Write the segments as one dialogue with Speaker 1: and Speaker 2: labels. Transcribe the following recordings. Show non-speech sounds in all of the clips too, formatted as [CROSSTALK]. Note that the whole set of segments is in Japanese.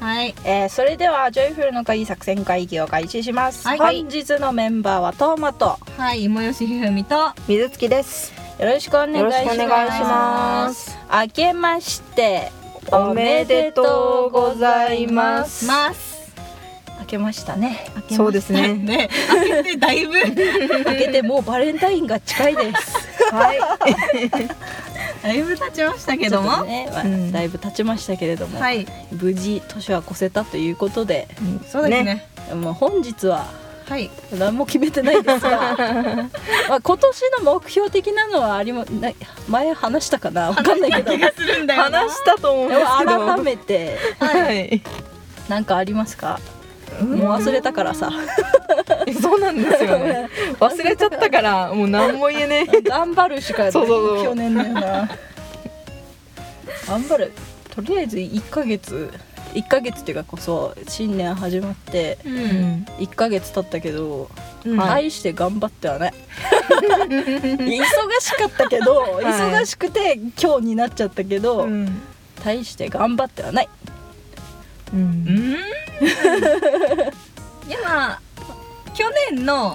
Speaker 1: はい
Speaker 2: えーそれではジョイフルの会作戦会議を開始します、
Speaker 1: はい
Speaker 2: 本日のメンバーはトーマと
Speaker 1: はい芋吉ひふみと
Speaker 3: 水月です
Speaker 2: よろしくお願いします
Speaker 3: よろしくお願いします
Speaker 2: 明けましておめ
Speaker 3: おめ
Speaker 2: で
Speaker 3: で
Speaker 2: と
Speaker 3: と
Speaker 2: う
Speaker 3: う
Speaker 2: ご
Speaker 3: ご
Speaker 2: ざ
Speaker 3: ざ
Speaker 2: い
Speaker 3: い
Speaker 2: ま
Speaker 3: ますす
Speaker 1: ます
Speaker 2: 明けましたね
Speaker 1: 明けました
Speaker 3: そうです
Speaker 1: [LAUGHS]
Speaker 3: ね
Speaker 1: ね開けてだいぶ
Speaker 2: 明けてもうバレンタインが近いです
Speaker 3: [LAUGHS] はい
Speaker 1: だいぶ経ちましたけど
Speaker 2: [LAUGHS] ちょっ
Speaker 1: も、
Speaker 2: とね、まあ
Speaker 3: うん
Speaker 2: だいぶ経ちましたけれども、
Speaker 1: はい
Speaker 2: 無事年は越せたということで
Speaker 1: そうですね
Speaker 2: もう本日は
Speaker 1: はい
Speaker 2: 何も決めてないです [LAUGHS] がまあ今年の目標的なのはありもな前話したかなわかんないけど
Speaker 1: 気がするんだよな
Speaker 3: 話したと思うん
Speaker 2: で
Speaker 3: で
Speaker 2: も
Speaker 3: す
Speaker 2: 改めて
Speaker 3: けどはい
Speaker 2: 何かありますかもう忘れたからさ
Speaker 3: えそうなんですよね [LAUGHS] 忘れちゃったからもう何も言えねえ
Speaker 2: [LAUGHS] 頑張るしか
Speaker 3: そうそうそう
Speaker 2: 去年だよな頑張るとりあえず1ヶ月1ヶ月っていうかこそ新年始まって
Speaker 1: うん、
Speaker 2: 1ヶ月経ったけど、
Speaker 3: うん
Speaker 2: 大して頑張ってはない [LAUGHS] 忙しかったけど、
Speaker 3: い
Speaker 2: 忙しくて今日になっちゃったけど、
Speaker 3: うん
Speaker 2: 大して頑張ってはない
Speaker 3: うん
Speaker 1: いやまあ去年の
Speaker 2: うん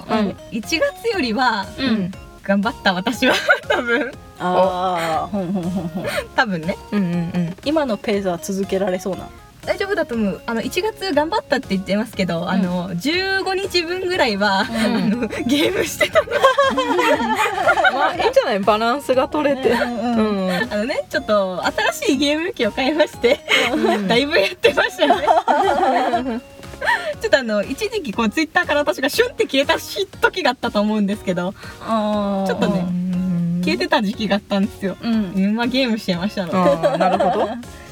Speaker 1: 1月よりは
Speaker 2: うん
Speaker 1: 頑張った私は [LAUGHS] 多分
Speaker 2: ああほんほんほんほん
Speaker 1: 多分ね
Speaker 3: うんうん
Speaker 2: 今のペースは続けられそうな
Speaker 1: 大丈夫だと思うあの1月頑張ったって言ってますけど、あの15日分ぐらいは、あのゲームしてたの
Speaker 3: まあいいんじゃないバランスが取れて
Speaker 2: うん
Speaker 3: う
Speaker 2: うん
Speaker 3: ん
Speaker 1: あのねちょっと新しいゲーム機を買いまして、だいぶやってましたねちょっとあの一時期こうツイッターから私がシュンって消えた時があったと思うんですけど
Speaker 2: あー
Speaker 1: ちょっとね
Speaker 3: うん
Speaker 1: 消えてた時期があったんですよ、
Speaker 2: うん
Speaker 1: うん、まあゲームしてましたの、
Speaker 3: あーなるほど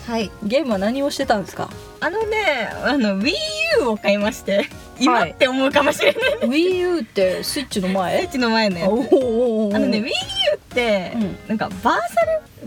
Speaker 1: はい
Speaker 2: ゲームは何をしてたんですか
Speaker 1: あのねあの WiiU を買いまして今
Speaker 3: はい
Speaker 1: って思うかもしれない、
Speaker 2: WiiU ってスイッチの
Speaker 1: う
Speaker 2: 前
Speaker 1: ちの前のやつ
Speaker 2: おーおーおー
Speaker 1: あのね WiiU って、
Speaker 2: うん
Speaker 1: なんかバーチ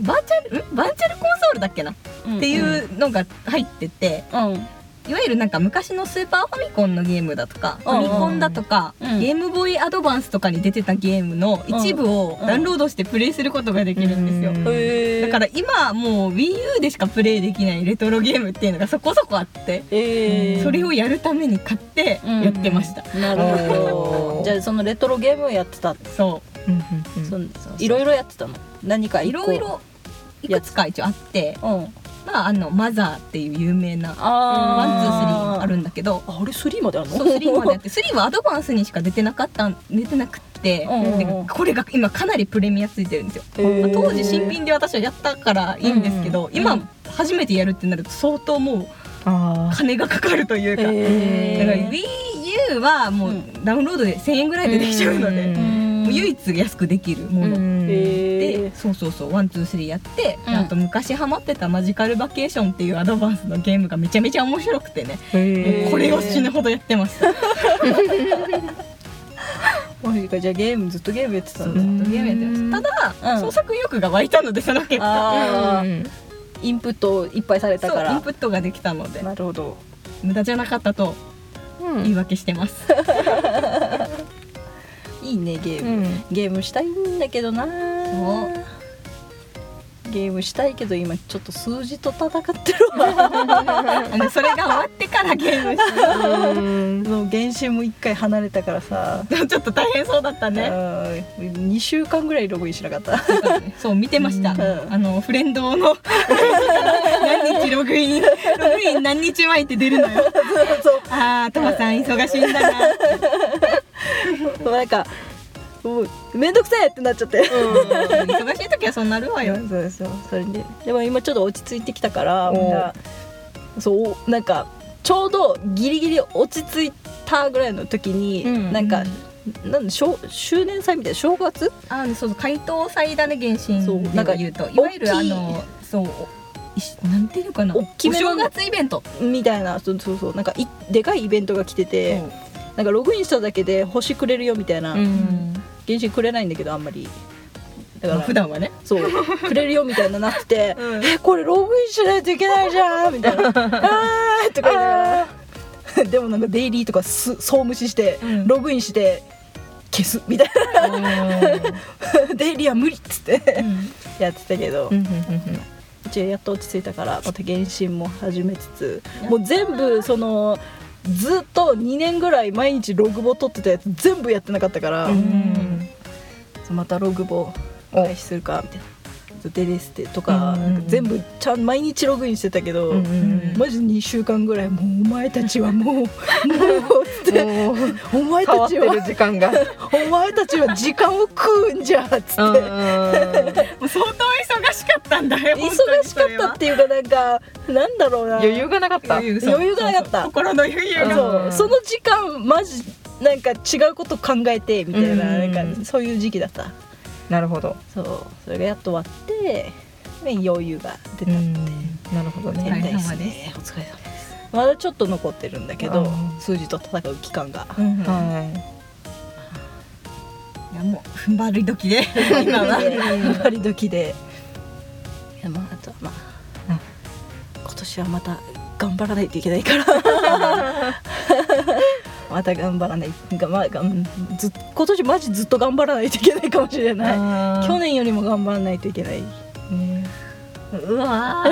Speaker 1: ャルバーチャルんバーチャルコンソールだっけな、
Speaker 2: うん
Speaker 1: っていうのが入ってて
Speaker 2: うん
Speaker 1: いわゆるなんか昔のスーパーファミコンのゲームだとかフ
Speaker 2: うん
Speaker 1: ァミコンだとか、
Speaker 2: うん
Speaker 1: ゲームボーイアドバンスとかに出てたゲームの一部を
Speaker 2: うん
Speaker 1: ダウンロードしてプレイすることができるんですよ、
Speaker 3: うん
Speaker 2: へー
Speaker 1: だから今もう WiiU でしかプレイできないレトロゲームっていうのがそこそこあって、
Speaker 2: えー
Speaker 1: それをやるために買ってやってました、
Speaker 2: なるほど
Speaker 3: おー
Speaker 2: じゃあそのレトロゲームをやってた
Speaker 1: そう
Speaker 3: うん
Speaker 2: その
Speaker 1: そう
Speaker 2: いろいろやってたの何か
Speaker 1: い
Speaker 2: 一個
Speaker 1: ろいろいくつか一応あって
Speaker 2: うん
Speaker 1: まああのマザーっていう有名なワンツースリ
Speaker 2: あ
Speaker 1: ーあるんだけど
Speaker 2: ーあれスリーまであるの
Speaker 1: そう3までやって3はアドバンスにしか出てなかったん出てなくって、
Speaker 2: [LAUGHS] うんうんうん
Speaker 1: でこれが今かなりプレミアついてるんですよ、
Speaker 2: へー
Speaker 1: まあ当時新品で私はやったからいいんですけど、
Speaker 2: うんう
Speaker 1: 今
Speaker 2: ん
Speaker 1: 初めてやるってなると相当もう
Speaker 3: あー
Speaker 1: 金がかかるというか、だ
Speaker 2: へ
Speaker 1: から
Speaker 2: ー
Speaker 1: WiiU はもう
Speaker 2: うん
Speaker 1: ダウンロードで1000円ぐらいでできちゃうので、
Speaker 3: うん
Speaker 1: もう唯一安くできるもの、
Speaker 3: うん
Speaker 2: へ
Speaker 1: で
Speaker 2: ー
Speaker 1: そうそうそうワンツースリーやって、
Speaker 2: うん
Speaker 1: あと昔ハマってた「マジカルバケーション」っていうアドバンスのゲームがめちゃめちゃ面白くてね、
Speaker 3: へ
Speaker 2: ー
Speaker 3: ー
Speaker 1: これを死ぬほどやってま
Speaker 2: [LAUGHS]
Speaker 1: した
Speaker 2: マジかじゃあゲームずっとゲームやってた
Speaker 1: そうんず
Speaker 2: だ
Speaker 1: っとゲームやってましたただ、
Speaker 2: うん
Speaker 1: 創作意欲が湧いたのでその結果
Speaker 2: あ
Speaker 3: う
Speaker 2: ー
Speaker 3: ん
Speaker 2: インプットをいっぱいされた
Speaker 1: そ
Speaker 2: か
Speaker 1: うイン
Speaker 2: ら
Speaker 1: プットができたので
Speaker 2: なるほど
Speaker 1: 無駄じゃなかったと
Speaker 3: うん
Speaker 1: 言い訳してます、
Speaker 2: いいねゲーム
Speaker 3: うん
Speaker 2: ゲームしたいんだけどな
Speaker 1: そ
Speaker 2: ゲームしたいけど今ちょっと数字と戦ってるわ
Speaker 1: あのそれが終わってからゲームして
Speaker 3: うん
Speaker 2: もう原神も一回離れたからさ、
Speaker 1: [LAUGHS] ちょっと大変そうだったね
Speaker 2: うん2週間ぐらいログインしなかった
Speaker 1: そう見てました、
Speaker 2: うん
Speaker 1: あのフレンドの [LAUGHS] 何日ログインログイン何日前って出るのよああトマさん忙しいんだな
Speaker 2: [LAUGHS] もうなんかもうめんどくせえってなっちゃって、
Speaker 1: 忙しい時はそうなるわよ
Speaker 2: そうそうそうそれででも今ちょっと落ち着いてきたからみんなそうなんかちょうどギリギリ落ち着いたぐらいの時に、
Speaker 3: うん
Speaker 2: なんかなんだしょう周年祭みたいな正月
Speaker 1: あーそうそう解凍祭だね原神
Speaker 2: そうなんか
Speaker 1: で言うとい
Speaker 2: きい
Speaker 1: わゆるあのそういしなんていうのかな
Speaker 2: おっきめの
Speaker 1: 正月イベント
Speaker 2: みたいなそうそうそうなんかいでかいイベントが来ててなんかログインしただけで星くれるよみたいな、
Speaker 3: うん
Speaker 2: 原神くれないんだけどあんまり
Speaker 1: ま
Speaker 2: だか
Speaker 1: あ
Speaker 2: ら
Speaker 1: 普段はね
Speaker 2: そうくれるよみたいななってて、えこれログインしないといけないじゃんみたいなあーとか言いながら [LAUGHS] でもなんかデイリーとかす総無視して、
Speaker 1: うん
Speaker 2: ログインして消すみたい [LAUGHS] なデイリーは無理っつってやってたけど、
Speaker 3: うん
Speaker 2: 一応やっと落ち着いたからまた原神も始めつつもう全部そのずっと2年ぐらい毎日ログボ取ってたやつ全部やってなかったから、
Speaker 3: [LAUGHS] うん
Speaker 2: またログボ開始するかみたいな。デレステとか
Speaker 1: うんうんうん
Speaker 2: なんか全部ちゃん毎日ログインしてたけど、
Speaker 1: うんうん
Speaker 2: マジ2週間ぐらいもうお前たちはもうもうって
Speaker 3: もう
Speaker 2: お前
Speaker 3: 変わ
Speaker 2: た
Speaker 3: って
Speaker 2: ち
Speaker 3: る
Speaker 2: は
Speaker 3: 時間が
Speaker 2: お前たちは時間を食うんじゃっつって、
Speaker 3: [LAUGHS] うん
Speaker 1: もう相当忙しかったんだよ
Speaker 2: 忙しかったっていうかなんかなんだろうな
Speaker 3: 余裕がなかった
Speaker 1: 余裕
Speaker 2: そう余裕がなかっ
Speaker 1: そう
Speaker 2: た
Speaker 1: そう心の余裕が、
Speaker 2: そううんその時間マジなんか違うこと考えてみたいな,、
Speaker 3: うん
Speaker 2: なんかそういう時期だった
Speaker 3: なるほど
Speaker 2: そうそれがやっと終わってね余裕が出た
Speaker 3: うんなるほど
Speaker 1: お疲れ様
Speaker 3: ね
Speaker 1: です
Speaker 2: お疲れ様ですまだちょっと残ってるんだけど
Speaker 3: うん
Speaker 2: 数字と戦う期間が
Speaker 1: うんい
Speaker 3: は
Speaker 1: やもう踏ん張り時で今は
Speaker 2: でやっぱり時で [LAUGHS] いやまああとはまあ、
Speaker 3: うん
Speaker 2: 今年はまた頑張らないといけないから [LAUGHS] また頑張らないが、まあ、がんずっ今年マジずっと頑張らないといけないかもしれない
Speaker 3: い
Speaker 2: 去年よりも頑張らないといけない
Speaker 3: ね
Speaker 1: うわ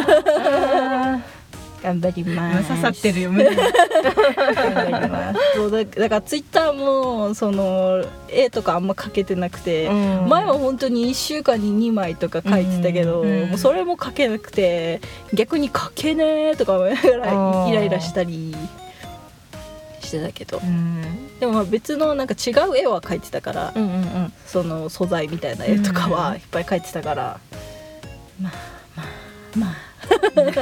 Speaker 2: 頑張りま
Speaker 1: ー
Speaker 2: す
Speaker 1: 刺さってるよ胸に
Speaker 2: 頑張りますそうだだからツイッターもその絵とかあんま書けてなくて、
Speaker 3: うん
Speaker 2: 前は本当に1週間に2枚とか書いてたけど、
Speaker 1: うん
Speaker 2: もうそれも書けなくて逆に書けねーとか思いなが
Speaker 3: あ
Speaker 2: ら
Speaker 3: ー
Speaker 2: イライラしたりしてたけど
Speaker 3: うん
Speaker 2: でもまあ別のなんか違う絵は描いてたから、
Speaker 3: うんうんうん
Speaker 2: その素材みたいな絵とか
Speaker 3: う
Speaker 2: は
Speaker 3: ん
Speaker 2: いっぱい描いてたから、まあまあまあ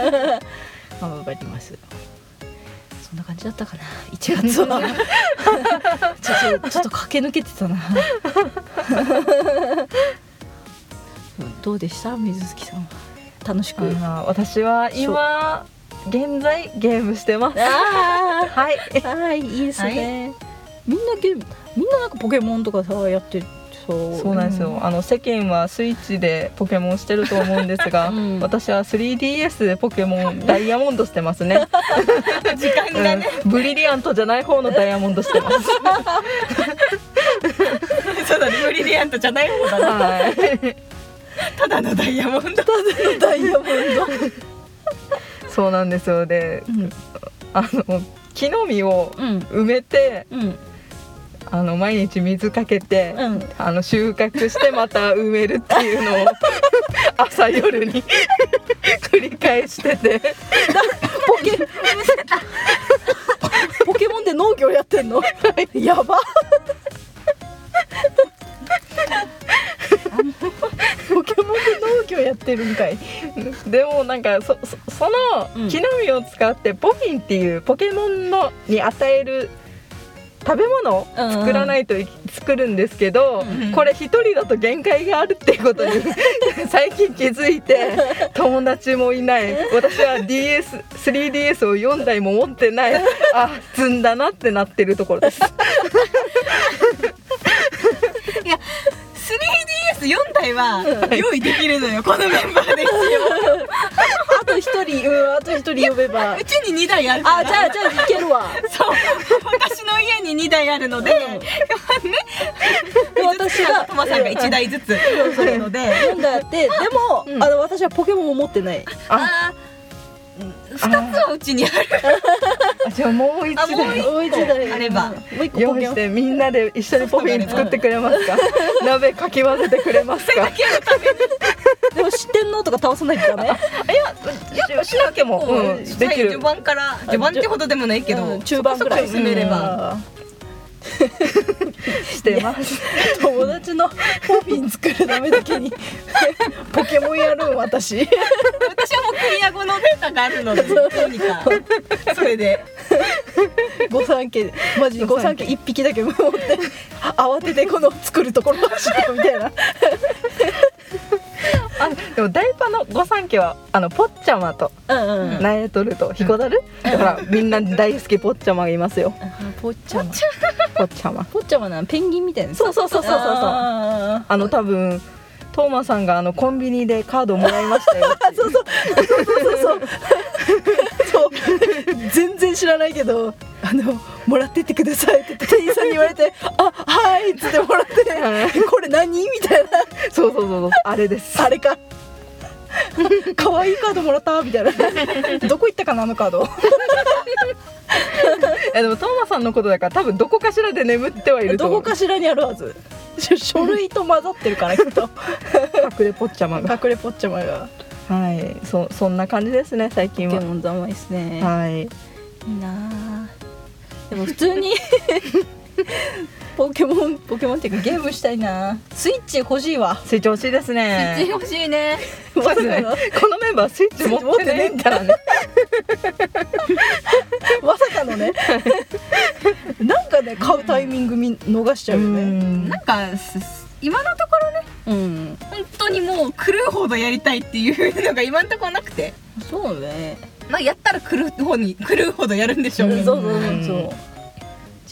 Speaker 2: 頑張りますそんな感じだったかな1月はちょっとちょっと駆け抜けてたなうんどうでした水月さんは楽しく
Speaker 3: あー私は今現在ゲームしてます
Speaker 2: あ
Speaker 3: はい
Speaker 2: ーはいいいですね、みんなゲームみんななんかポケモンとかさやってそう
Speaker 3: そうなんですよ、あの世間はスイッチでポケモンしてると思 [LAUGHS] うんですが、
Speaker 2: うん
Speaker 3: 私は 3DS でポケモ [LAUGHS] ンダイヤモンドしてますね、
Speaker 1: 時間がね、
Speaker 3: うんブリリアントじゃない方のダイヤモンドしてます
Speaker 1: そうだねブリリアントじゃない方だな
Speaker 3: [LAUGHS] はい
Speaker 1: ただのダイヤモンド
Speaker 2: ダイヤモン
Speaker 3: そうなんですよであの木の実を
Speaker 2: ド。うん。
Speaker 3: 埋めて
Speaker 2: うん。
Speaker 3: あの毎日水かけて、
Speaker 2: うん
Speaker 3: あの収穫してまた埋めるっていうのを [LAUGHS] 朝夜に [LAUGHS] 繰り返してて
Speaker 2: ポケ。ポケモンで農業やってんの。やば。ポケモンで農業やってるんかい。
Speaker 3: でもなんかそそそ
Speaker 2: うん
Speaker 3: の木の実を使ってポピンっていうポケモンのに与える食べ物を
Speaker 2: うんうん
Speaker 3: 作らないとい作るんですけど、
Speaker 1: うん
Speaker 3: これ一人だと限界があるっていうことに [LAUGHS] 最近気づい [LAUGHS] て友達もいない私は DS3DS を4台も持ってないあ積んだなってなってるところ [LAUGHS] です。
Speaker 1: 3DS4 台は用意できるのよこのメンバーですよ
Speaker 2: あと一人、うん、あと一人呼べば
Speaker 1: う。ちに2台あるから
Speaker 2: あ、じゃあ、じゃあ、いけるわ。
Speaker 1: そう私の家に2台あるので、
Speaker 2: で私が。
Speaker 1: トマさんが1台ずつあるので
Speaker 2: 読んだって、でも、
Speaker 3: うん
Speaker 2: あの、私はポケモンを持ってない。
Speaker 1: あ2つはうちにある
Speaker 3: あじゃあもう一
Speaker 1: あもう
Speaker 3: 台
Speaker 1: 一
Speaker 2: おうちで
Speaker 1: あれば
Speaker 2: もう一個ポ
Speaker 3: 用意
Speaker 2: ケ
Speaker 3: し
Speaker 2: モン。
Speaker 3: てみんなで一緒にポフィン作ってくれますか鍋かき混ぜてくれます
Speaker 1: [LAUGHS]
Speaker 3: か
Speaker 2: でも、知ってんのとか倒さないとダメ。
Speaker 3: ししなきゃも、うん、でき
Speaker 1: 序
Speaker 3: る
Speaker 1: 盤から序盤ってほどでもないけど、
Speaker 2: うん中盤ぐら
Speaker 1: そ
Speaker 2: い
Speaker 1: こそこ進めれば、
Speaker 3: してます
Speaker 2: 友達のポピン作るためだけにポケモンやるん私
Speaker 1: 私はもうクリア後のデータがあるのでどうにかそれで
Speaker 2: 御三家マジに御三家一匹だけ持って慌ててこの作るところを走ってくみたいな
Speaker 3: あでもダイパの御三家はあのポッチャマと
Speaker 2: うん
Speaker 1: うん
Speaker 3: ナエトルとヒコダル、だからみんな大好きポッチャマがいま
Speaker 2: [LAUGHS]
Speaker 3: すよ
Speaker 2: ポッチャマ
Speaker 3: ポッチャマ
Speaker 2: ポッチャマなペンギンみたいなそうそうそう
Speaker 3: そうそうそう
Speaker 2: あ
Speaker 3: あの多分トーマさんがあのコンビニでカードもらい
Speaker 2: [LAUGHS]
Speaker 3: ましたよっていう
Speaker 2: ーそう全然知らないけどあのもらってってくださいって店員さんに言われて「あはい」っつってもらって「これ何?」みたいな
Speaker 3: そうそうそうそうあれです
Speaker 2: あれか可愛いカードもらったみたいな [LAUGHS] どこ行ったかなあのカード
Speaker 3: やでもトーマさんのことだから多分どこかしらで眠ってはいると
Speaker 2: ど
Speaker 3: 思う
Speaker 2: こかしらにあるはずしょ書類と混ざってるからきっと
Speaker 3: 隠れポッチャマが
Speaker 2: 隠れぽっちゃまが
Speaker 3: はいそそんな感じですね最近
Speaker 1: ポケ
Speaker 3: は
Speaker 1: モンざまいですね、
Speaker 3: はい
Speaker 1: いいなあでも普通に [LAUGHS] ポケモンポケモンっていうかゲームしたいな
Speaker 2: スイッチ欲しい [LAUGHS] わ
Speaker 3: スイッチ欲しいです
Speaker 1: スイッチ
Speaker 3: ね
Speaker 1: 欲しいね
Speaker 3: そうですね
Speaker 2: まさ
Speaker 3: このメンバースイッチ持ってないんだね
Speaker 2: まさかの [LAUGHS] ねなんかね買うタイミングみ逃しちゃうよね
Speaker 3: うん
Speaker 1: なんかすす今のところね
Speaker 2: うん
Speaker 1: 本当にもう狂うほどやりたいっていうのが今のところなくて
Speaker 2: そうね
Speaker 1: まあやったら狂う方に狂うほどやるんでし
Speaker 2: そ
Speaker 1: ょ
Speaker 2: う
Speaker 1: うけ
Speaker 2: そう
Speaker 1: ど、
Speaker 2: そうそう
Speaker 3: うん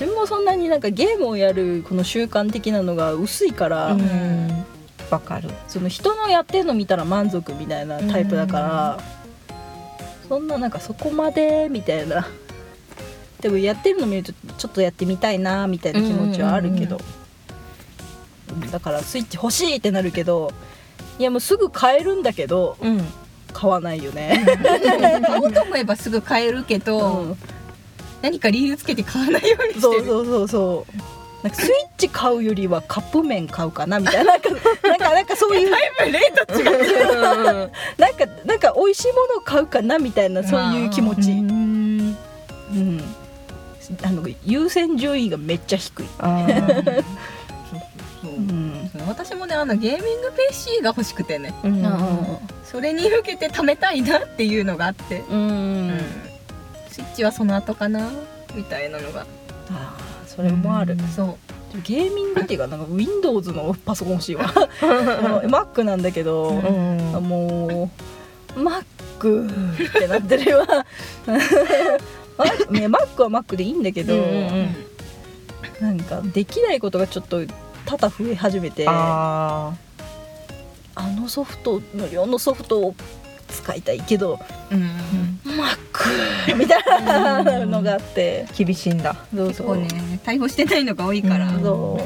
Speaker 2: 自分もそんなになんかゲームをやるこの習慣的なのが薄いから、
Speaker 3: うんわかる
Speaker 2: その人のやってるの見たら満足みたいなタイプだから、そんななんかそこまでみたいなでもやってるの見るとちょっとやってみたいなみたいな気持ちはあるけど、だからスイッチ欲しいってなるけどいやもうすぐ買えるんだけど
Speaker 3: うん
Speaker 2: 買わないよね、
Speaker 1: 買おうと思えばすぐ買えるけど、
Speaker 2: うん
Speaker 1: 何か理由つけて買わないようにしてる
Speaker 2: そうそうそうそうなんかスイッチ買うよりはカップ麺買うかなみたいななんかなんかなんかそういう
Speaker 1: だいぶレート違う
Speaker 2: なんかなんか美味しいものを買うかなみたいなそういう気持ち、
Speaker 3: う
Speaker 2: う
Speaker 3: ん
Speaker 2: ん、あの優先順位がめっちゃ低い、
Speaker 3: あー
Speaker 2: うん
Speaker 1: 私もねあのゲーミング PC が欲しくてね
Speaker 3: うん
Speaker 1: それに向けて貯めたいなっていうのがあって、
Speaker 2: うん
Speaker 1: うんスイッチはその後かなみたいなのが
Speaker 2: あーそれもある、
Speaker 3: うん
Speaker 1: そう
Speaker 2: ゲーミングっていうかなんか Windows のパソコン欲しい [LAUGHS] わあの Mac なんだけど、
Speaker 3: うん
Speaker 2: あもう Mac ってなってるわ [LAUGHS] マね Mac は Mac でいいんだけど、なんかできないことがちょっと多々増え始めてあ
Speaker 3: あ
Speaker 2: のソフト無料のソフトを使いたいけど
Speaker 1: うん、
Speaker 2: マックみたいなのがあって
Speaker 3: ー厳しいんだ
Speaker 2: どう
Speaker 1: 結構ね対応してないのが多いから、
Speaker 3: うん
Speaker 2: そ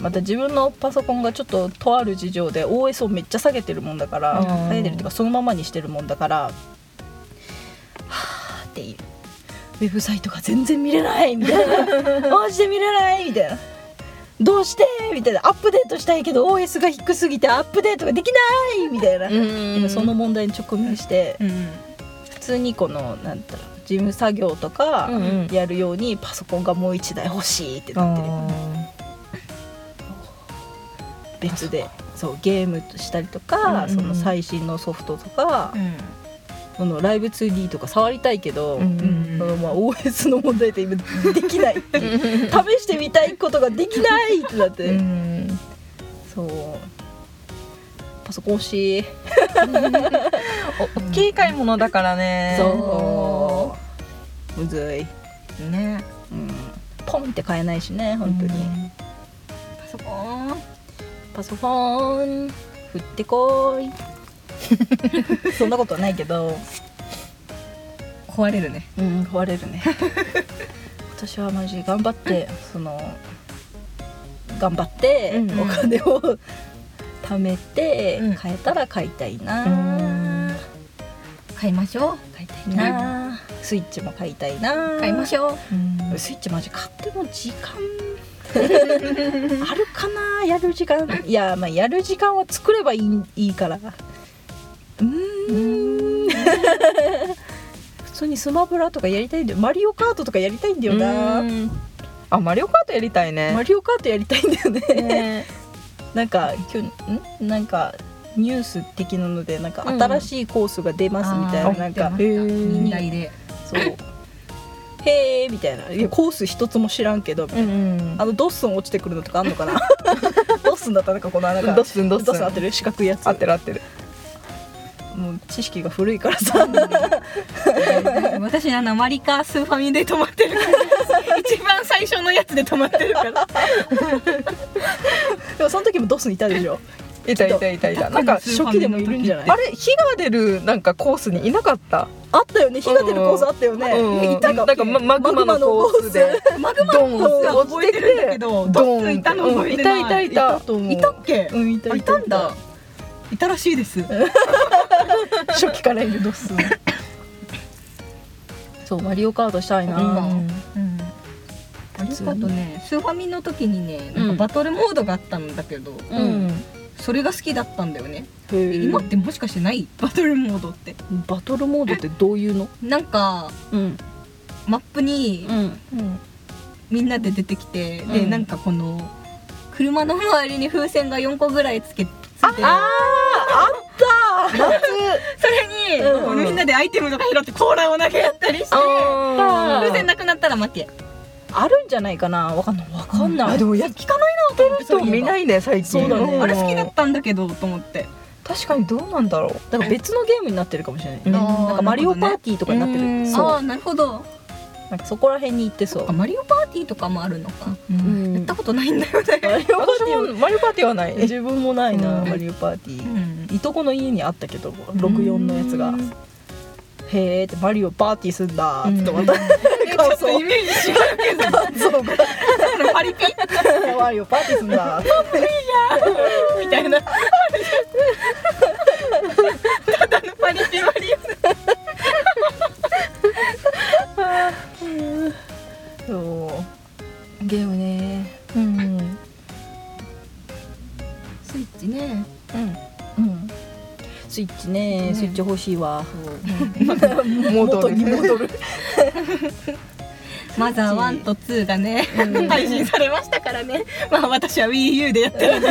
Speaker 2: うまた自分のパソコンがちょっととある事情で OS をめっちゃ下げてるもんだから
Speaker 3: うん
Speaker 2: 下げてるっていうかそのままにしてるもんだからはあっていうウェブサイトが全然見れないみたいなマジで見れないみたいなどうしてみたいなアップデートしたいけど OS が低すぎてアップデートができないみたいな、今その問題に直面して、
Speaker 1: うん
Speaker 2: 普通にこのなんだろう事務作業とか
Speaker 3: うんうん
Speaker 2: やるようにパソコンがもう一台欲しいってなってる、
Speaker 3: あ
Speaker 2: 別でそうゲームしたりとか、
Speaker 3: うんうんうん
Speaker 2: その最新のソフトとか、
Speaker 1: うん
Speaker 2: そのライブ 2D とか触りたいけど、
Speaker 3: ーうん
Speaker 2: そのまあ OS の問題で今できないっていう
Speaker 3: [LAUGHS]
Speaker 2: 試してみたいことができないってなっ
Speaker 3: う
Speaker 2: て、
Speaker 3: ん
Speaker 2: そうパソコン欲しい
Speaker 3: お大きい買い物だからね
Speaker 2: そうむずい、
Speaker 1: ね
Speaker 2: うん、ポンって買えないしね本当に。
Speaker 1: パソコン
Speaker 2: パソコン振ってこい
Speaker 1: [LAUGHS]
Speaker 2: そんなことはないけど
Speaker 1: 壊れるね
Speaker 2: うん壊れ
Speaker 1: [LAUGHS]
Speaker 2: るね今年はマジ頑張ってその頑張って
Speaker 3: うんうん
Speaker 2: お金を貯めて
Speaker 1: うん
Speaker 2: 買えたら買いたいな、
Speaker 3: うん
Speaker 1: 買いましょ
Speaker 2: 買いたいな、スイッチも買いたいな
Speaker 1: う買いましょう
Speaker 3: うん
Speaker 2: スイッチマジ買っても時間 [LAUGHS] あるかなやる時間いやまあやる時間は作ればいいいいからうーん普通にスマブラとかやりたいんだよマリオカートとかやりたいんだよな
Speaker 3: うんあマリオカートやりたいね
Speaker 2: マリオカートやりたいんだよね
Speaker 3: ね
Speaker 2: [LAUGHS] なんか今日んなんかニュース的なのでなんか新しいコースが出ますみたいな、
Speaker 1: うん
Speaker 2: なんか
Speaker 1: あ
Speaker 3: へ
Speaker 1: みんな
Speaker 3: ー
Speaker 1: で
Speaker 2: そうへえみたいないやコース一つも知らんけど
Speaker 3: うんうん
Speaker 2: あのドッソン落ちてくるのとかあんのか [LAUGHS] なドッソンだったなんかこのなんか
Speaker 3: ドッスンドッスン
Speaker 2: 合ってる四角いやつ
Speaker 3: 合ってる合ってる
Speaker 2: もう知識が古いからさ
Speaker 1: 私あのマリカスーファミで止まってるから一番最初のやつで止まってるから
Speaker 2: でもその時もドッソンいたでしょ
Speaker 3: いたいたいたいたなんか
Speaker 2: 初期でもいるんじゃない
Speaker 3: あれ火が出るなんかコースにいなかった
Speaker 2: あったよね火が出るコースあったよね、
Speaker 3: うん
Speaker 2: いた
Speaker 3: なんかママグマのコースで
Speaker 1: マグマ
Speaker 3: ドン
Speaker 1: のが覚えてるんだけど
Speaker 3: ドン
Speaker 1: ドンいたの覚えてない
Speaker 3: うんいたいたい
Speaker 2: いたと思う
Speaker 1: いたっけ
Speaker 2: うんいた
Speaker 1: あ
Speaker 2: い
Speaker 1: い
Speaker 2: た
Speaker 1: たんだいたらしいです
Speaker 2: 初期からいるド [LAUGHS] スそうマリオカートしたいな、
Speaker 1: うん
Speaker 2: うん
Speaker 1: マリオカートねスーファミの時にねなんかバトルモードがあったんだけど、
Speaker 2: うん
Speaker 3: うん
Speaker 1: それが好きだったんだよね、
Speaker 2: へえ
Speaker 1: 今ってもしかしてないバトルモードって
Speaker 2: バトルモードってどういうの
Speaker 1: なんか
Speaker 2: うん
Speaker 1: マップに
Speaker 2: うん
Speaker 3: うん
Speaker 1: みんなで出てきて、
Speaker 2: う
Speaker 1: で
Speaker 2: ん
Speaker 1: なんかこの車の周りに風船が4個ぐらいつけついてるそれに、
Speaker 2: うん
Speaker 1: こうみんなでアイテムとか拾って甲羅を投げ合ったりして
Speaker 2: あ
Speaker 1: 風船なくなったら負け
Speaker 2: あるんじゃないかなわかんないわかんない、
Speaker 3: あでもやっ
Speaker 1: 聞かないなと思って
Speaker 3: と見ないね最近
Speaker 2: そうだね
Speaker 1: あれ好きだったんだけどと思って
Speaker 3: 確かにどうなんだろう
Speaker 2: だから別のゲームになってるかもしれない、
Speaker 3: うん
Speaker 2: なんかマリオパーティーとかになってる、
Speaker 3: うん
Speaker 2: そう
Speaker 1: あーなるほど
Speaker 2: なんかそこら辺に行ってそう
Speaker 1: あマリオパーティーとかもあるのか、
Speaker 2: う
Speaker 3: う
Speaker 2: んん
Speaker 1: やったことないんだよね、
Speaker 2: マリオパーティー
Speaker 3: 私もマリオパーティーはない
Speaker 2: 自分もないな、
Speaker 3: うん
Speaker 2: マリオパーティ
Speaker 1: [LAUGHS]
Speaker 2: ー、
Speaker 1: ん、
Speaker 2: いとこの家にあったけど64のやつが「へえ」って「マリオパーティーすんだ」ってまた、感
Speaker 1: ちょっとイ
Speaker 2: 想
Speaker 1: メージ違うけど
Speaker 2: 感想が
Speaker 1: パリピ
Speaker 2: 「マリオパーティーすんだ」
Speaker 1: みたいなただのパリピマリ
Speaker 2: そうゲームね
Speaker 3: うんうん
Speaker 1: オスイッチね
Speaker 2: うんスイッチね
Speaker 1: ね
Speaker 2: スイッチ欲しいわ
Speaker 3: 戻
Speaker 2: 元
Speaker 3: る
Speaker 2: に戻る
Speaker 1: マザー1と2がね、配信されましたからねまあ私は WiiU でやってるんで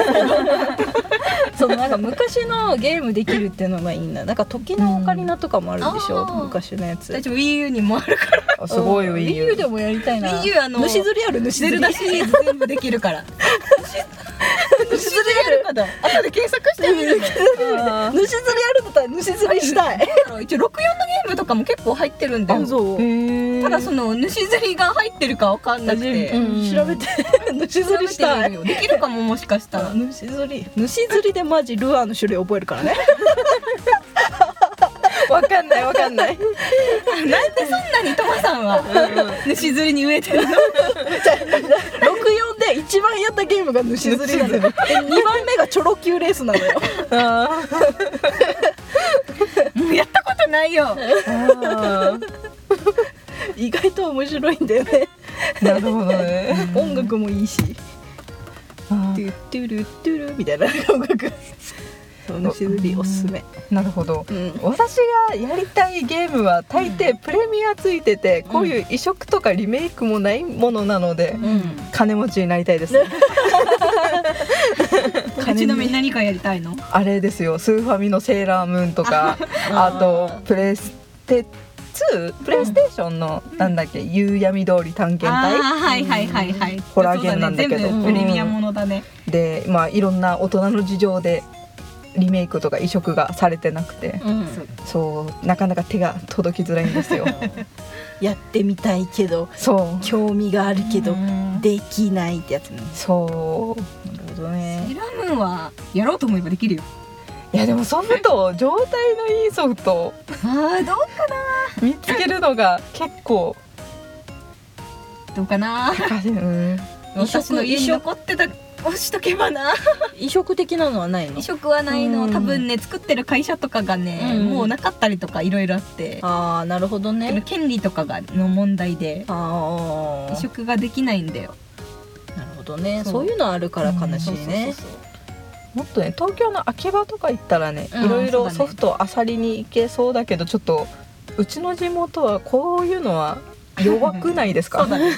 Speaker 2: そのなんか昔のゲームできるっていうのがいいんだなんか時のオカリナとかもあるでしょ、
Speaker 1: うんあー
Speaker 2: 昔のやつ
Speaker 1: 私も WiiU にもあるから
Speaker 3: あすごい
Speaker 2: うん
Speaker 3: Wii
Speaker 2: Wii
Speaker 3: U
Speaker 2: U でもやりたいな
Speaker 1: Wii U あの
Speaker 2: 主釣りある主
Speaker 1: ゼ
Speaker 2: 釣り
Speaker 1: ルダシリーズ全部できるから主釣りやるかだ後で検索してみるね
Speaker 2: あー主釣りあるんだったら主釣りしたい
Speaker 1: 一応64のゲームとかも結構入ってるんだよ
Speaker 2: そう
Speaker 1: ただその主釣りが入ってるかわかんなくて、
Speaker 2: うん調べて主釣りし
Speaker 1: 調べ
Speaker 2: た
Speaker 1: てみる
Speaker 2: い
Speaker 1: よできるかももしかしたら
Speaker 2: 主釣り主釣りでマジルアーの種類覚えるか
Speaker 1: [LAUGHS]
Speaker 2: らね
Speaker 3: わかんないわかんない
Speaker 1: なんでそんなにトマさんは主釣りに飢えて [LAUGHS] るの
Speaker 2: 64で一番やったゲームが主釣りなのよで2番目がチョロ級レースなの
Speaker 1: [LAUGHS]
Speaker 2: よ
Speaker 3: あー
Speaker 1: もうやったことないよ
Speaker 3: あ
Speaker 2: 意外と面白いんだよね
Speaker 3: ーなるほどね
Speaker 2: 音楽もいいし
Speaker 3: あ
Speaker 2: トゥトゥルトゥルみたいな音楽そう主釣りおすすめ
Speaker 3: ーなるほど
Speaker 2: うん
Speaker 3: 私がやりたいゲームは大抵プレミアついてて、こういう移植とかリメイクもないものなので、
Speaker 1: うん
Speaker 3: 金持ちになりたいですね
Speaker 1: ちなみに何かやりたいの
Speaker 3: あれですよスーファミのセーラームーンとかあとプレステ2プレイステーションのなんだっけ、夕闇通り探検隊
Speaker 1: あーはいはいはいはい
Speaker 3: ホラーゲームなんだけど
Speaker 1: そうね全部プレミアものだね、
Speaker 3: でまあいろんな大人の事情でリメイクとか移植がされてなくて、
Speaker 2: うん
Speaker 1: そう
Speaker 3: そうなかなか手が届きづらいんですよ [LAUGHS]
Speaker 2: やってみたいけど
Speaker 3: そう
Speaker 2: 興味があるけど
Speaker 1: うん
Speaker 2: できないってやつね
Speaker 3: そう
Speaker 2: なるほど
Speaker 1: セ
Speaker 2: ね
Speaker 1: ーラームーンはやろうと思えばできるよ
Speaker 3: いやでもソフト状態のいいソフト
Speaker 1: あーどう
Speaker 3: 見つけるのが結構
Speaker 1: どうかな
Speaker 3: 難しい、うん、
Speaker 2: 移植
Speaker 1: 私の家に残ってた押しとけばな
Speaker 2: 移植的なのはないの
Speaker 1: 移植はないの
Speaker 3: うん
Speaker 1: 多分ね作ってる会社とかがね、
Speaker 2: うん
Speaker 1: もうなかったりとかいろいろあって
Speaker 2: ああなるほど
Speaker 1: けど
Speaker 2: ね
Speaker 1: 権利とかがの問題で
Speaker 2: ああ
Speaker 1: 移植ができないんだよ
Speaker 2: なるほどね
Speaker 1: そ
Speaker 2: そうういうのあるから悲しい
Speaker 1: うんそ
Speaker 2: ね
Speaker 1: うそうそう
Speaker 3: もっとね東京の秋葉とか行ったらね
Speaker 2: うん
Speaker 3: いろい
Speaker 1: そうだ
Speaker 3: ろ
Speaker 1: ね
Speaker 3: ソフトあさりに行けそうだけどちょっとうちの地元はこういうのは弱くないですか
Speaker 1: [LAUGHS] そうだね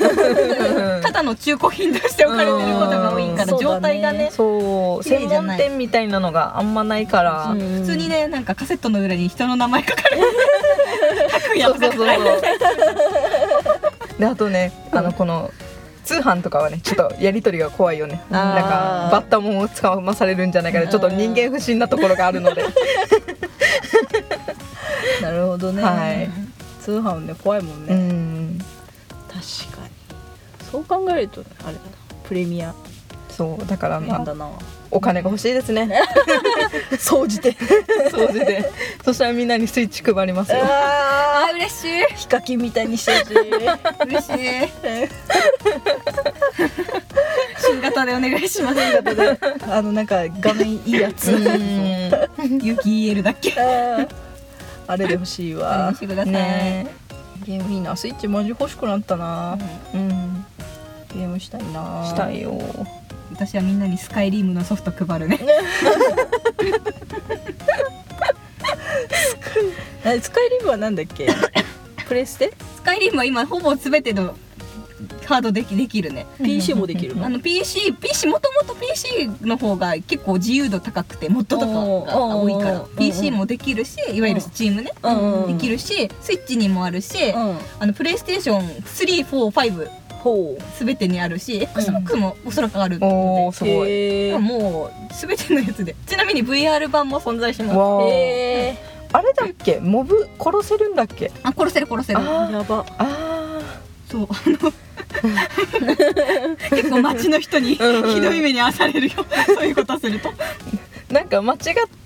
Speaker 1: ただの中古品として置かれてることが多いから
Speaker 2: うん
Speaker 1: 状態がね
Speaker 3: そう
Speaker 1: 綺麗
Speaker 3: 専
Speaker 1: じゃな
Speaker 3: 門
Speaker 1: い
Speaker 3: 店みたいなのがあんまないから
Speaker 2: うん
Speaker 1: 普通にねなんかカセットの裏に人の名前書かれてる拓也
Speaker 3: そう
Speaker 1: と
Speaker 3: そ
Speaker 1: か
Speaker 3: う
Speaker 1: 書
Speaker 3: そう
Speaker 1: かれて
Speaker 3: そうであとねあのこの通販とかはねちょっとやり取りが怖いよね
Speaker 2: あー
Speaker 3: なんかバッタモンを使わされるんじゃないかでちょっと人間不信なところがあるの [LAUGHS] で
Speaker 2: なるほどね、
Speaker 3: はい
Speaker 2: 通販ね怖いもん
Speaker 3: う
Speaker 2: ね、
Speaker 3: ん
Speaker 2: 確かにそう考えるとあれだなプレミア
Speaker 3: そうだからま
Speaker 2: なん
Speaker 3: あ
Speaker 2: だな
Speaker 3: お金が欲しいですね
Speaker 2: [LAUGHS] 総じて
Speaker 3: 掃除で [LAUGHS] そしたらみんなにスイッチ配りますよ
Speaker 1: あ
Speaker 2: あ
Speaker 1: ー嬉しい
Speaker 2: [LAUGHS] ーヒカキンみたいにしてほしい [LAUGHS]
Speaker 1: 嬉しい新型でお願いし
Speaker 3: [LAUGHS]
Speaker 1: ます
Speaker 2: あのなんか画面いいやつ
Speaker 3: うん
Speaker 1: 勇気 EL だっけ
Speaker 2: あーあれでほしい
Speaker 1: お
Speaker 2: わ
Speaker 1: 楽しみください、
Speaker 2: ねゲームいいなスイッチマジ欲しくなったなうんゲームしたいな
Speaker 3: したいよ
Speaker 1: 私はみんなにスカイリームのソフト配るね
Speaker 2: えスカイリブはなんだっけプレステ
Speaker 1: スカイリームは今ほぼ全てのハードできできるね
Speaker 2: PC もできるの
Speaker 1: あの PC, PC もともと PC の方が結構自由度高くてモッドとかが多いか
Speaker 2: おー
Speaker 1: ら
Speaker 2: おー
Speaker 1: PC もできるしいわゆる Steam ね
Speaker 2: うん
Speaker 1: できるしスイッチにもあるし
Speaker 2: うん
Speaker 1: あのプレイステーション345
Speaker 2: ほ
Speaker 1: 全てにあるし XBOX もおそらくある
Speaker 3: おお
Speaker 1: の
Speaker 3: す
Speaker 2: う
Speaker 3: ごい
Speaker 1: で
Speaker 2: へー
Speaker 1: もう全てのやつでちなみに VR 版も存在します
Speaker 3: わー
Speaker 2: へ
Speaker 3: あれだっけモブ殺せるんだっけ
Speaker 1: あ殺せる殺せる
Speaker 2: ー
Speaker 3: あ
Speaker 2: やば
Speaker 3: あ
Speaker 1: そうあ
Speaker 3: [LAUGHS]
Speaker 1: の結構街の人にひ
Speaker 3: うん
Speaker 1: どい目に遭わされるよそういうことすると
Speaker 3: ーなんか間違っ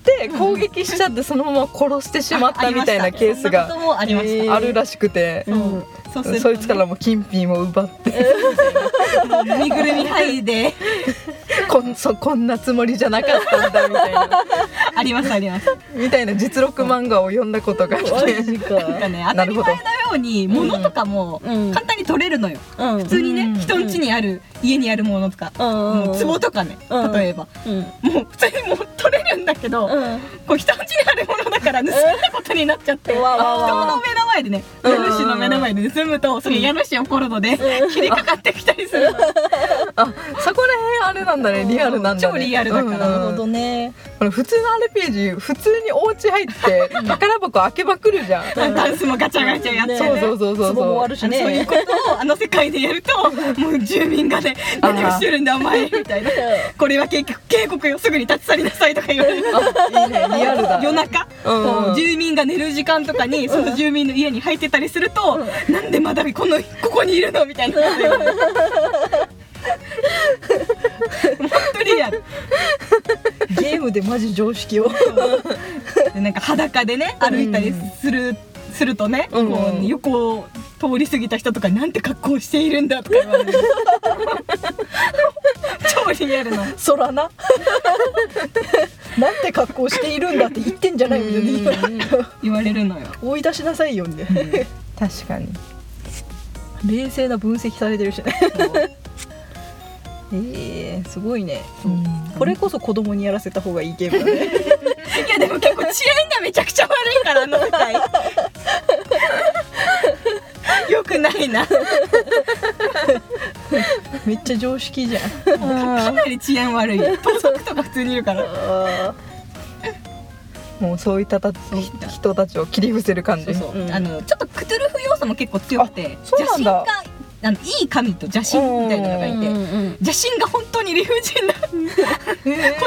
Speaker 3: て攻撃しちゃってそのまま殺してしまったみたいなケース
Speaker 1: そ
Speaker 3: が
Speaker 1: んなこともありまし
Speaker 2: え
Speaker 1: た
Speaker 2: ー
Speaker 3: あるらしくて、
Speaker 1: そうそうすると
Speaker 3: そいつからも金品を奪って [LAUGHS]
Speaker 1: ぬいぐるみ範囲で
Speaker 3: こんそこんなつもりじゃなかったんだみたいな [LAUGHS]
Speaker 1: ありますあります
Speaker 3: みたいな実録漫画を読んだことがあって
Speaker 2: マ
Speaker 1: な
Speaker 2: ジ
Speaker 1: んか
Speaker 2: か
Speaker 1: ね当た
Speaker 3: なる
Speaker 1: り
Speaker 3: ほど
Speaker 1: 前のように物とかも
Speaker 2: うん
Speaker 1: 簡単に取れるのよ
Speaker 2: 普
Speaker 1: 普通に
Speaker 3: う
Speaker 1: ね
Speaker 3: ん
Speaker 1: 人ん家にある家にあるものとかもう壺とかね
Speaker 2: うん
Speaker 1: 例えば
Speaker 2: うん
Speaker 1: もう普通にもう取れるんだけど
Speaker 2: うん
Speaker 1: こう人ん家にあるものだから盗んだことになっちゃって
Speaker 2: う
Speaker 1: 人
Speaker 2: んわわわ
Speaker 1: の目の前でね
Speaker 3: うん
Speaker 1: 家主の目の前で盗むとそれ家主を殺るので切りかかってきたりするの
Speaker 3: あそこら辺あれなんだねリアルなんだね
Speaker 1: 超リアルだから
Speaker 2: なる
Speaker 3: う
Speaker 2: ほ
Speaker 3: ん
Speaker 2: どね
Speaker 3: ほら普通の RPG 普通にお家入って宝箱開けまくるじゃん
Speaker 1: ダンスもガチャガチャやってね
Speaker 3: そうそうそうそうそう
Speaker 2: 壺もあるしね
Speaker 1: そういうことをあの世界でやるともう住民がね「
Speaker 3: あー
Speaker 1: 何をしてるんだお前」みたいな「これは警告警告よすぐに立ち去りなさい」とか言われる
Speaker 3: あいいねリアルだ
Speaker 1: 夜中、
Speaker 3: うん
Speaker 1: こう住民が寝る時間とかにその住民の家に入ってたりすると「なんでまだこのここにいるの?」みたい
Speaker 3: [LAUGHS]
Speaker 1: なこと言われる。本当リアル
Speaker 2: ゲームでマジ常識を
Speaker 1: でなんか裸でね歩いたりする、するとね、
Speaker 3: うん
Speaker 1: こう横を通り過ぎた人とかになんて格好をしているんだとか言われる [LAUGHS] 超リアルな
Speaker 2: そらな [LAUGHS] なんて格好しているんだって言ってんじゃないみたいな
Speaker 1: 言われるのよ
Speaker 2: 追い出しなさいよみたいな
Speaker 3: 確かに
Speaker 2: [LAUGHS] 冷静な分析されてるしね [LAUGHS] えー、すごいね、これこそ子供にやらせた方がいいゲームだね
Speaker 1: いやでも結構治安がめちゃくちゃ悪いからあの舞 [LAUGHS] 台よくないな
Speaker 2: めっちゃ常識じゃん
Speaker 1: かなり治安悪いよ盗賊とか普通にいるから
Speaker 2: あ
Speaker 3: もうそういったた人たちを切り伏せる感じ
Speaker 1: そうそう、
Speaker 2: うん
Speaker 1: あのちょっとクトゥルフ要素も結構強くて
Speaker 3: あそうなんだ
Speaker 1: があのいい神と邪神みたいなのがいて、
Speaker 2: ん
Speaker 1: 邪神が本当に理不尽なこ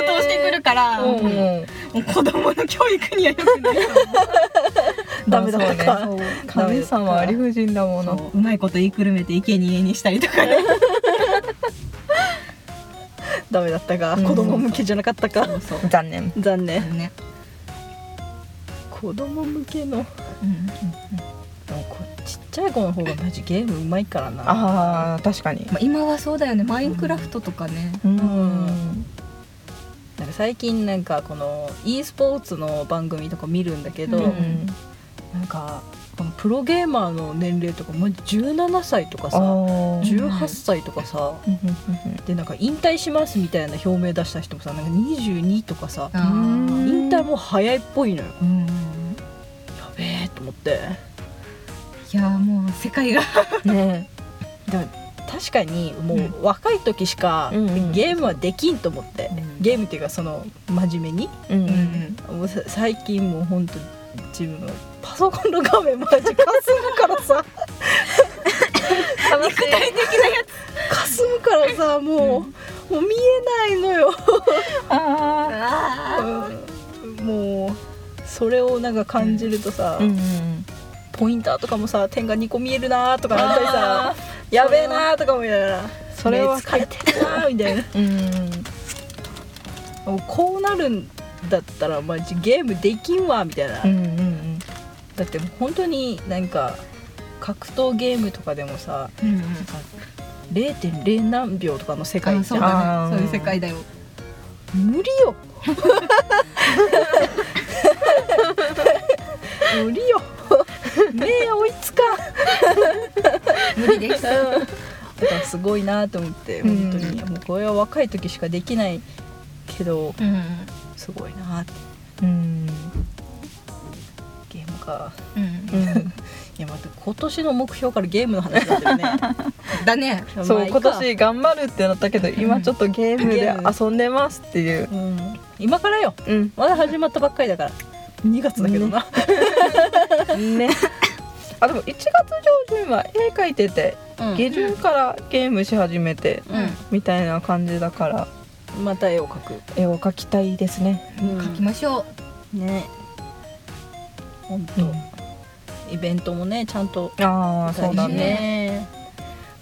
Speaker 1: とをしてくるから、
Speaker 3: うん
Speaker 1: も
Speaker 3: うん
Speaker 1: う子供の教育には良くないと
Speaker 2: ダメだった
Speaker 3: まあ
Speaker 2: か
Speaker 1: 思う
Speaker 3: 神様は理不尽だも
Speaker 1: そ
Speaker 3: の
Speaker 1: ううまいこと言いくるめて生贄にしたりとかね
Speaker 2: ダメだったか、
Speaker 3: うん
Speaker 2: 子供向けじゃなかったか
Speaker 1: そうそう
Speaker 3: 残念
Speaker 2: 残念
Speaker 1: ね、
Speaker 2: 子供向けの
Speaker 1: うん、
Speaker 2: でもこうちっちゃい子の方がマジゲームうまいからな
Speaker 3: あー確かに
Speaker 1: まあ今はそうだよねマインクラフトとかね、
Speaker 3: うん
Speaker 2: なんか最近なんかこの e スポーツの番組とか見るんだけど、
Speaker 1: うん
Speaker 2: なんかこのプロゲーマーの年齢とかマジ17歳とか
Speaker 3: あ
Speaker 2: さ
Speaker 3: ー
Speaker 2: 18歳とかさ
Speaker 3: うんうん
Speaker 2: でなんか引退しますみたいな表明出した人もさなんか22とかさ
Speaker 1: あー
Speaker 3: うん
Speaker 2: 引退もう早いっぽいのよ
Speaker 1: うん
Speaker 2: やべえと思って
Speaker 1: いやーもう世界が
Speaker 3: うんね
Speaker 2: でも確かにも
Speaker 1: うん
Speaker 2: う若い時しか
Speaker 3: うんうん
Speaker 2: ゲームはできんと思って、
Speaker 1: うん
Speaker 2: ゲームっていうかその真面目に
Speaker 3: うん
Speaker 1: う
Speaker 3: うん
Speaker 2: もうさ最近もうほんと自分のパソコンの画面マジかすむから
Speaker 3: [LAUGHS]
Speaker 2: さ
Speaker 1: 肉体的なやつ
Speaker 2: かすむからさもうもう見えないの
Speaker 3: [LAUGHS]
Speaker 2: よ
Speaker 3: あ
Speaker 1: あ
Speaker 2: もうそれをなんか感じるとさ、
Speaker 3: ーうんうん
Speaker 2: ポインターとかもさ点が2個見えるなーとかなったりさやべえなーとかもやら
Speaker 3: それは
Speaker 2: 目疲れてるなーみたいな
Speaker 3: うん
Speaker 2: もうこうなるんだったらマジゲームできんわみたいな、
Speaker 3: うんうんうん
Speaker 2: だってもう本当になんか格闘ゲームとかでもさ
Speaker 1: ー、うんうん、
Speaker 2: 0.0何秒とかの世界
Speaker 1: あ
Speaker 2: じ
Speaker 1: そう
Speaker 2: ゃん
Speaker 1: だ
Speaker 3: あー
Speaker 1: ねそういう世界だよ
Speaker 2: 無理よ無理よ目追いつかん
Speaker 1: 無理です。
Speaker 2: だからすごいなと思って
Speaker 3: うん
Speaker 2: 本当に、もうこれは若い時しかできないけど
Speaker 1: うん。
Speaker 2: すごいなって
Speaker 3: うん
Speaker 2: ゲームか
Speaker 1: うん
Speaker 3: う。
Speaker 2: い
Speaker 3: ん
Speaker 2: や待って今年の目標からゲームの話だったよね
Speaker 1: だね。
Speaker 2: ま
Speaker 3: そ
Speaker 2: あい
Speaker 3: う
Speaker 2: い
Speaker 3: 今
Speaker 2: か
Speaker 3: 年頑張るってなったけど今ちょっとゲーム
Speaker 2: ゲ
Speaker 3: で
Speaker 2: ー
Speaker 3: 遊んでますっていう、
Speaker 2: うん今からよ
Speaker 3: うん、
Speaker 2: まだ始まったばっかりだから2月だけどな、
Speaker 3: ねあでも1月上旬は絵描いてて
Speaker 2: うん
Speaker 3: 下旬からゲームし始めて
Speaker 1: う
Speaker 3: みたいな感じだから
Speaker 2: また絵を描く、
Speaker 3: 絵を描きたいですね、
Speaker 1: ん。書きましょう。
Speaker 2: ね本当、イベントもねちゃんと
Speaker 3: ああそうだ
Speaker 1: 大事
Speaker 3: ね
Speaker 2: ね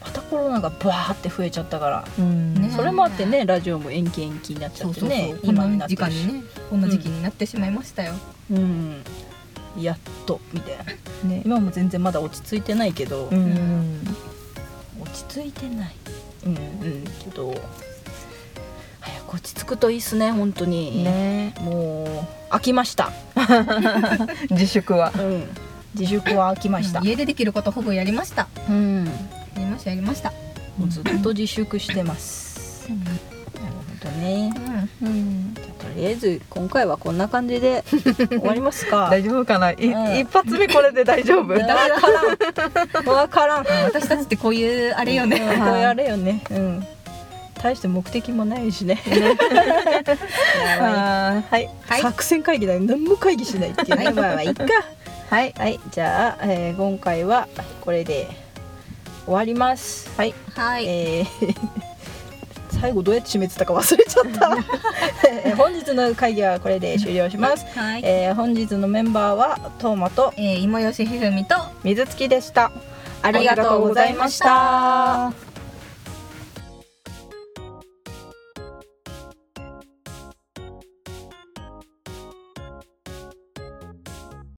Speaker 2: またコロナがバーって増えちゃったから、
Speaker 3: うん
Speaker 1: ね
Speaker 2: それもあってねラジオも延期延期になっちゃってね
Speaker 1: こ
Speaker 2: 今に
Speaker 1: の
Speaker 2: なって
Speaker 1: 時間
Speaker 2: るし、
Speaker 1: にね、この時期になってしまいましたよ。
Speaker 2: うんやっとみたいな
Speaker 3: ね
Speaker 2: 今も全然まだ落ち着いてないけど、
Speaker 3: うん
Speaker 2: 落ち着いてないうんうんけど早く落ち着くといいっすね本当に
Speaker 3: ね
Speaker 2: もう飽きました、
Speaker 3: 自粛は
Speaker 2: うん、自粛は飽きました、
Speaker 1: 家でできることほぼやりました。
Speaker 2: うん、
Speaker 1: やりましたやりました。
Speaker 2: もうずっと自粛してますなるほどね
Speaker 1: うん。
Speaker 3: うん
Speaker 2: じゃあとりあえず今回はこんな感じで終わります [LAUGHS] か
Speaker 3: 大丈夫かない
Speaker 2: うん
Speaker 3: 一発目これで大丈夫
Speaker 2: わからんわからん
Speaker 1: 私たちってこういうあれよね。
Speaker 2: うんこれあれよねうん大して目的もないし [LAUGHS] ねやばい
Speaker 3: [LAUGHS] あーはい
Speaker 1: はい
Speaker 2: 作戦会議だよ何も会議しないっていうねまあまあいっかはい、はい、じゃあ、えー今回はこれで終わりますはい、
Speaker 1: はい。
Speaker 2: えー [LAUGHS] 最後どうやって締めてたか忘れちゃった、え [LAUGHS] ー本日の会議はこれで終了します、
Speaker 1: はい。え
Speaker 2: えー本日のメンバーはトーマと
Speaker 1: ー、今吉ひふみと。
Speaker 3: 水月でした
Speaker 2: ありがとうございました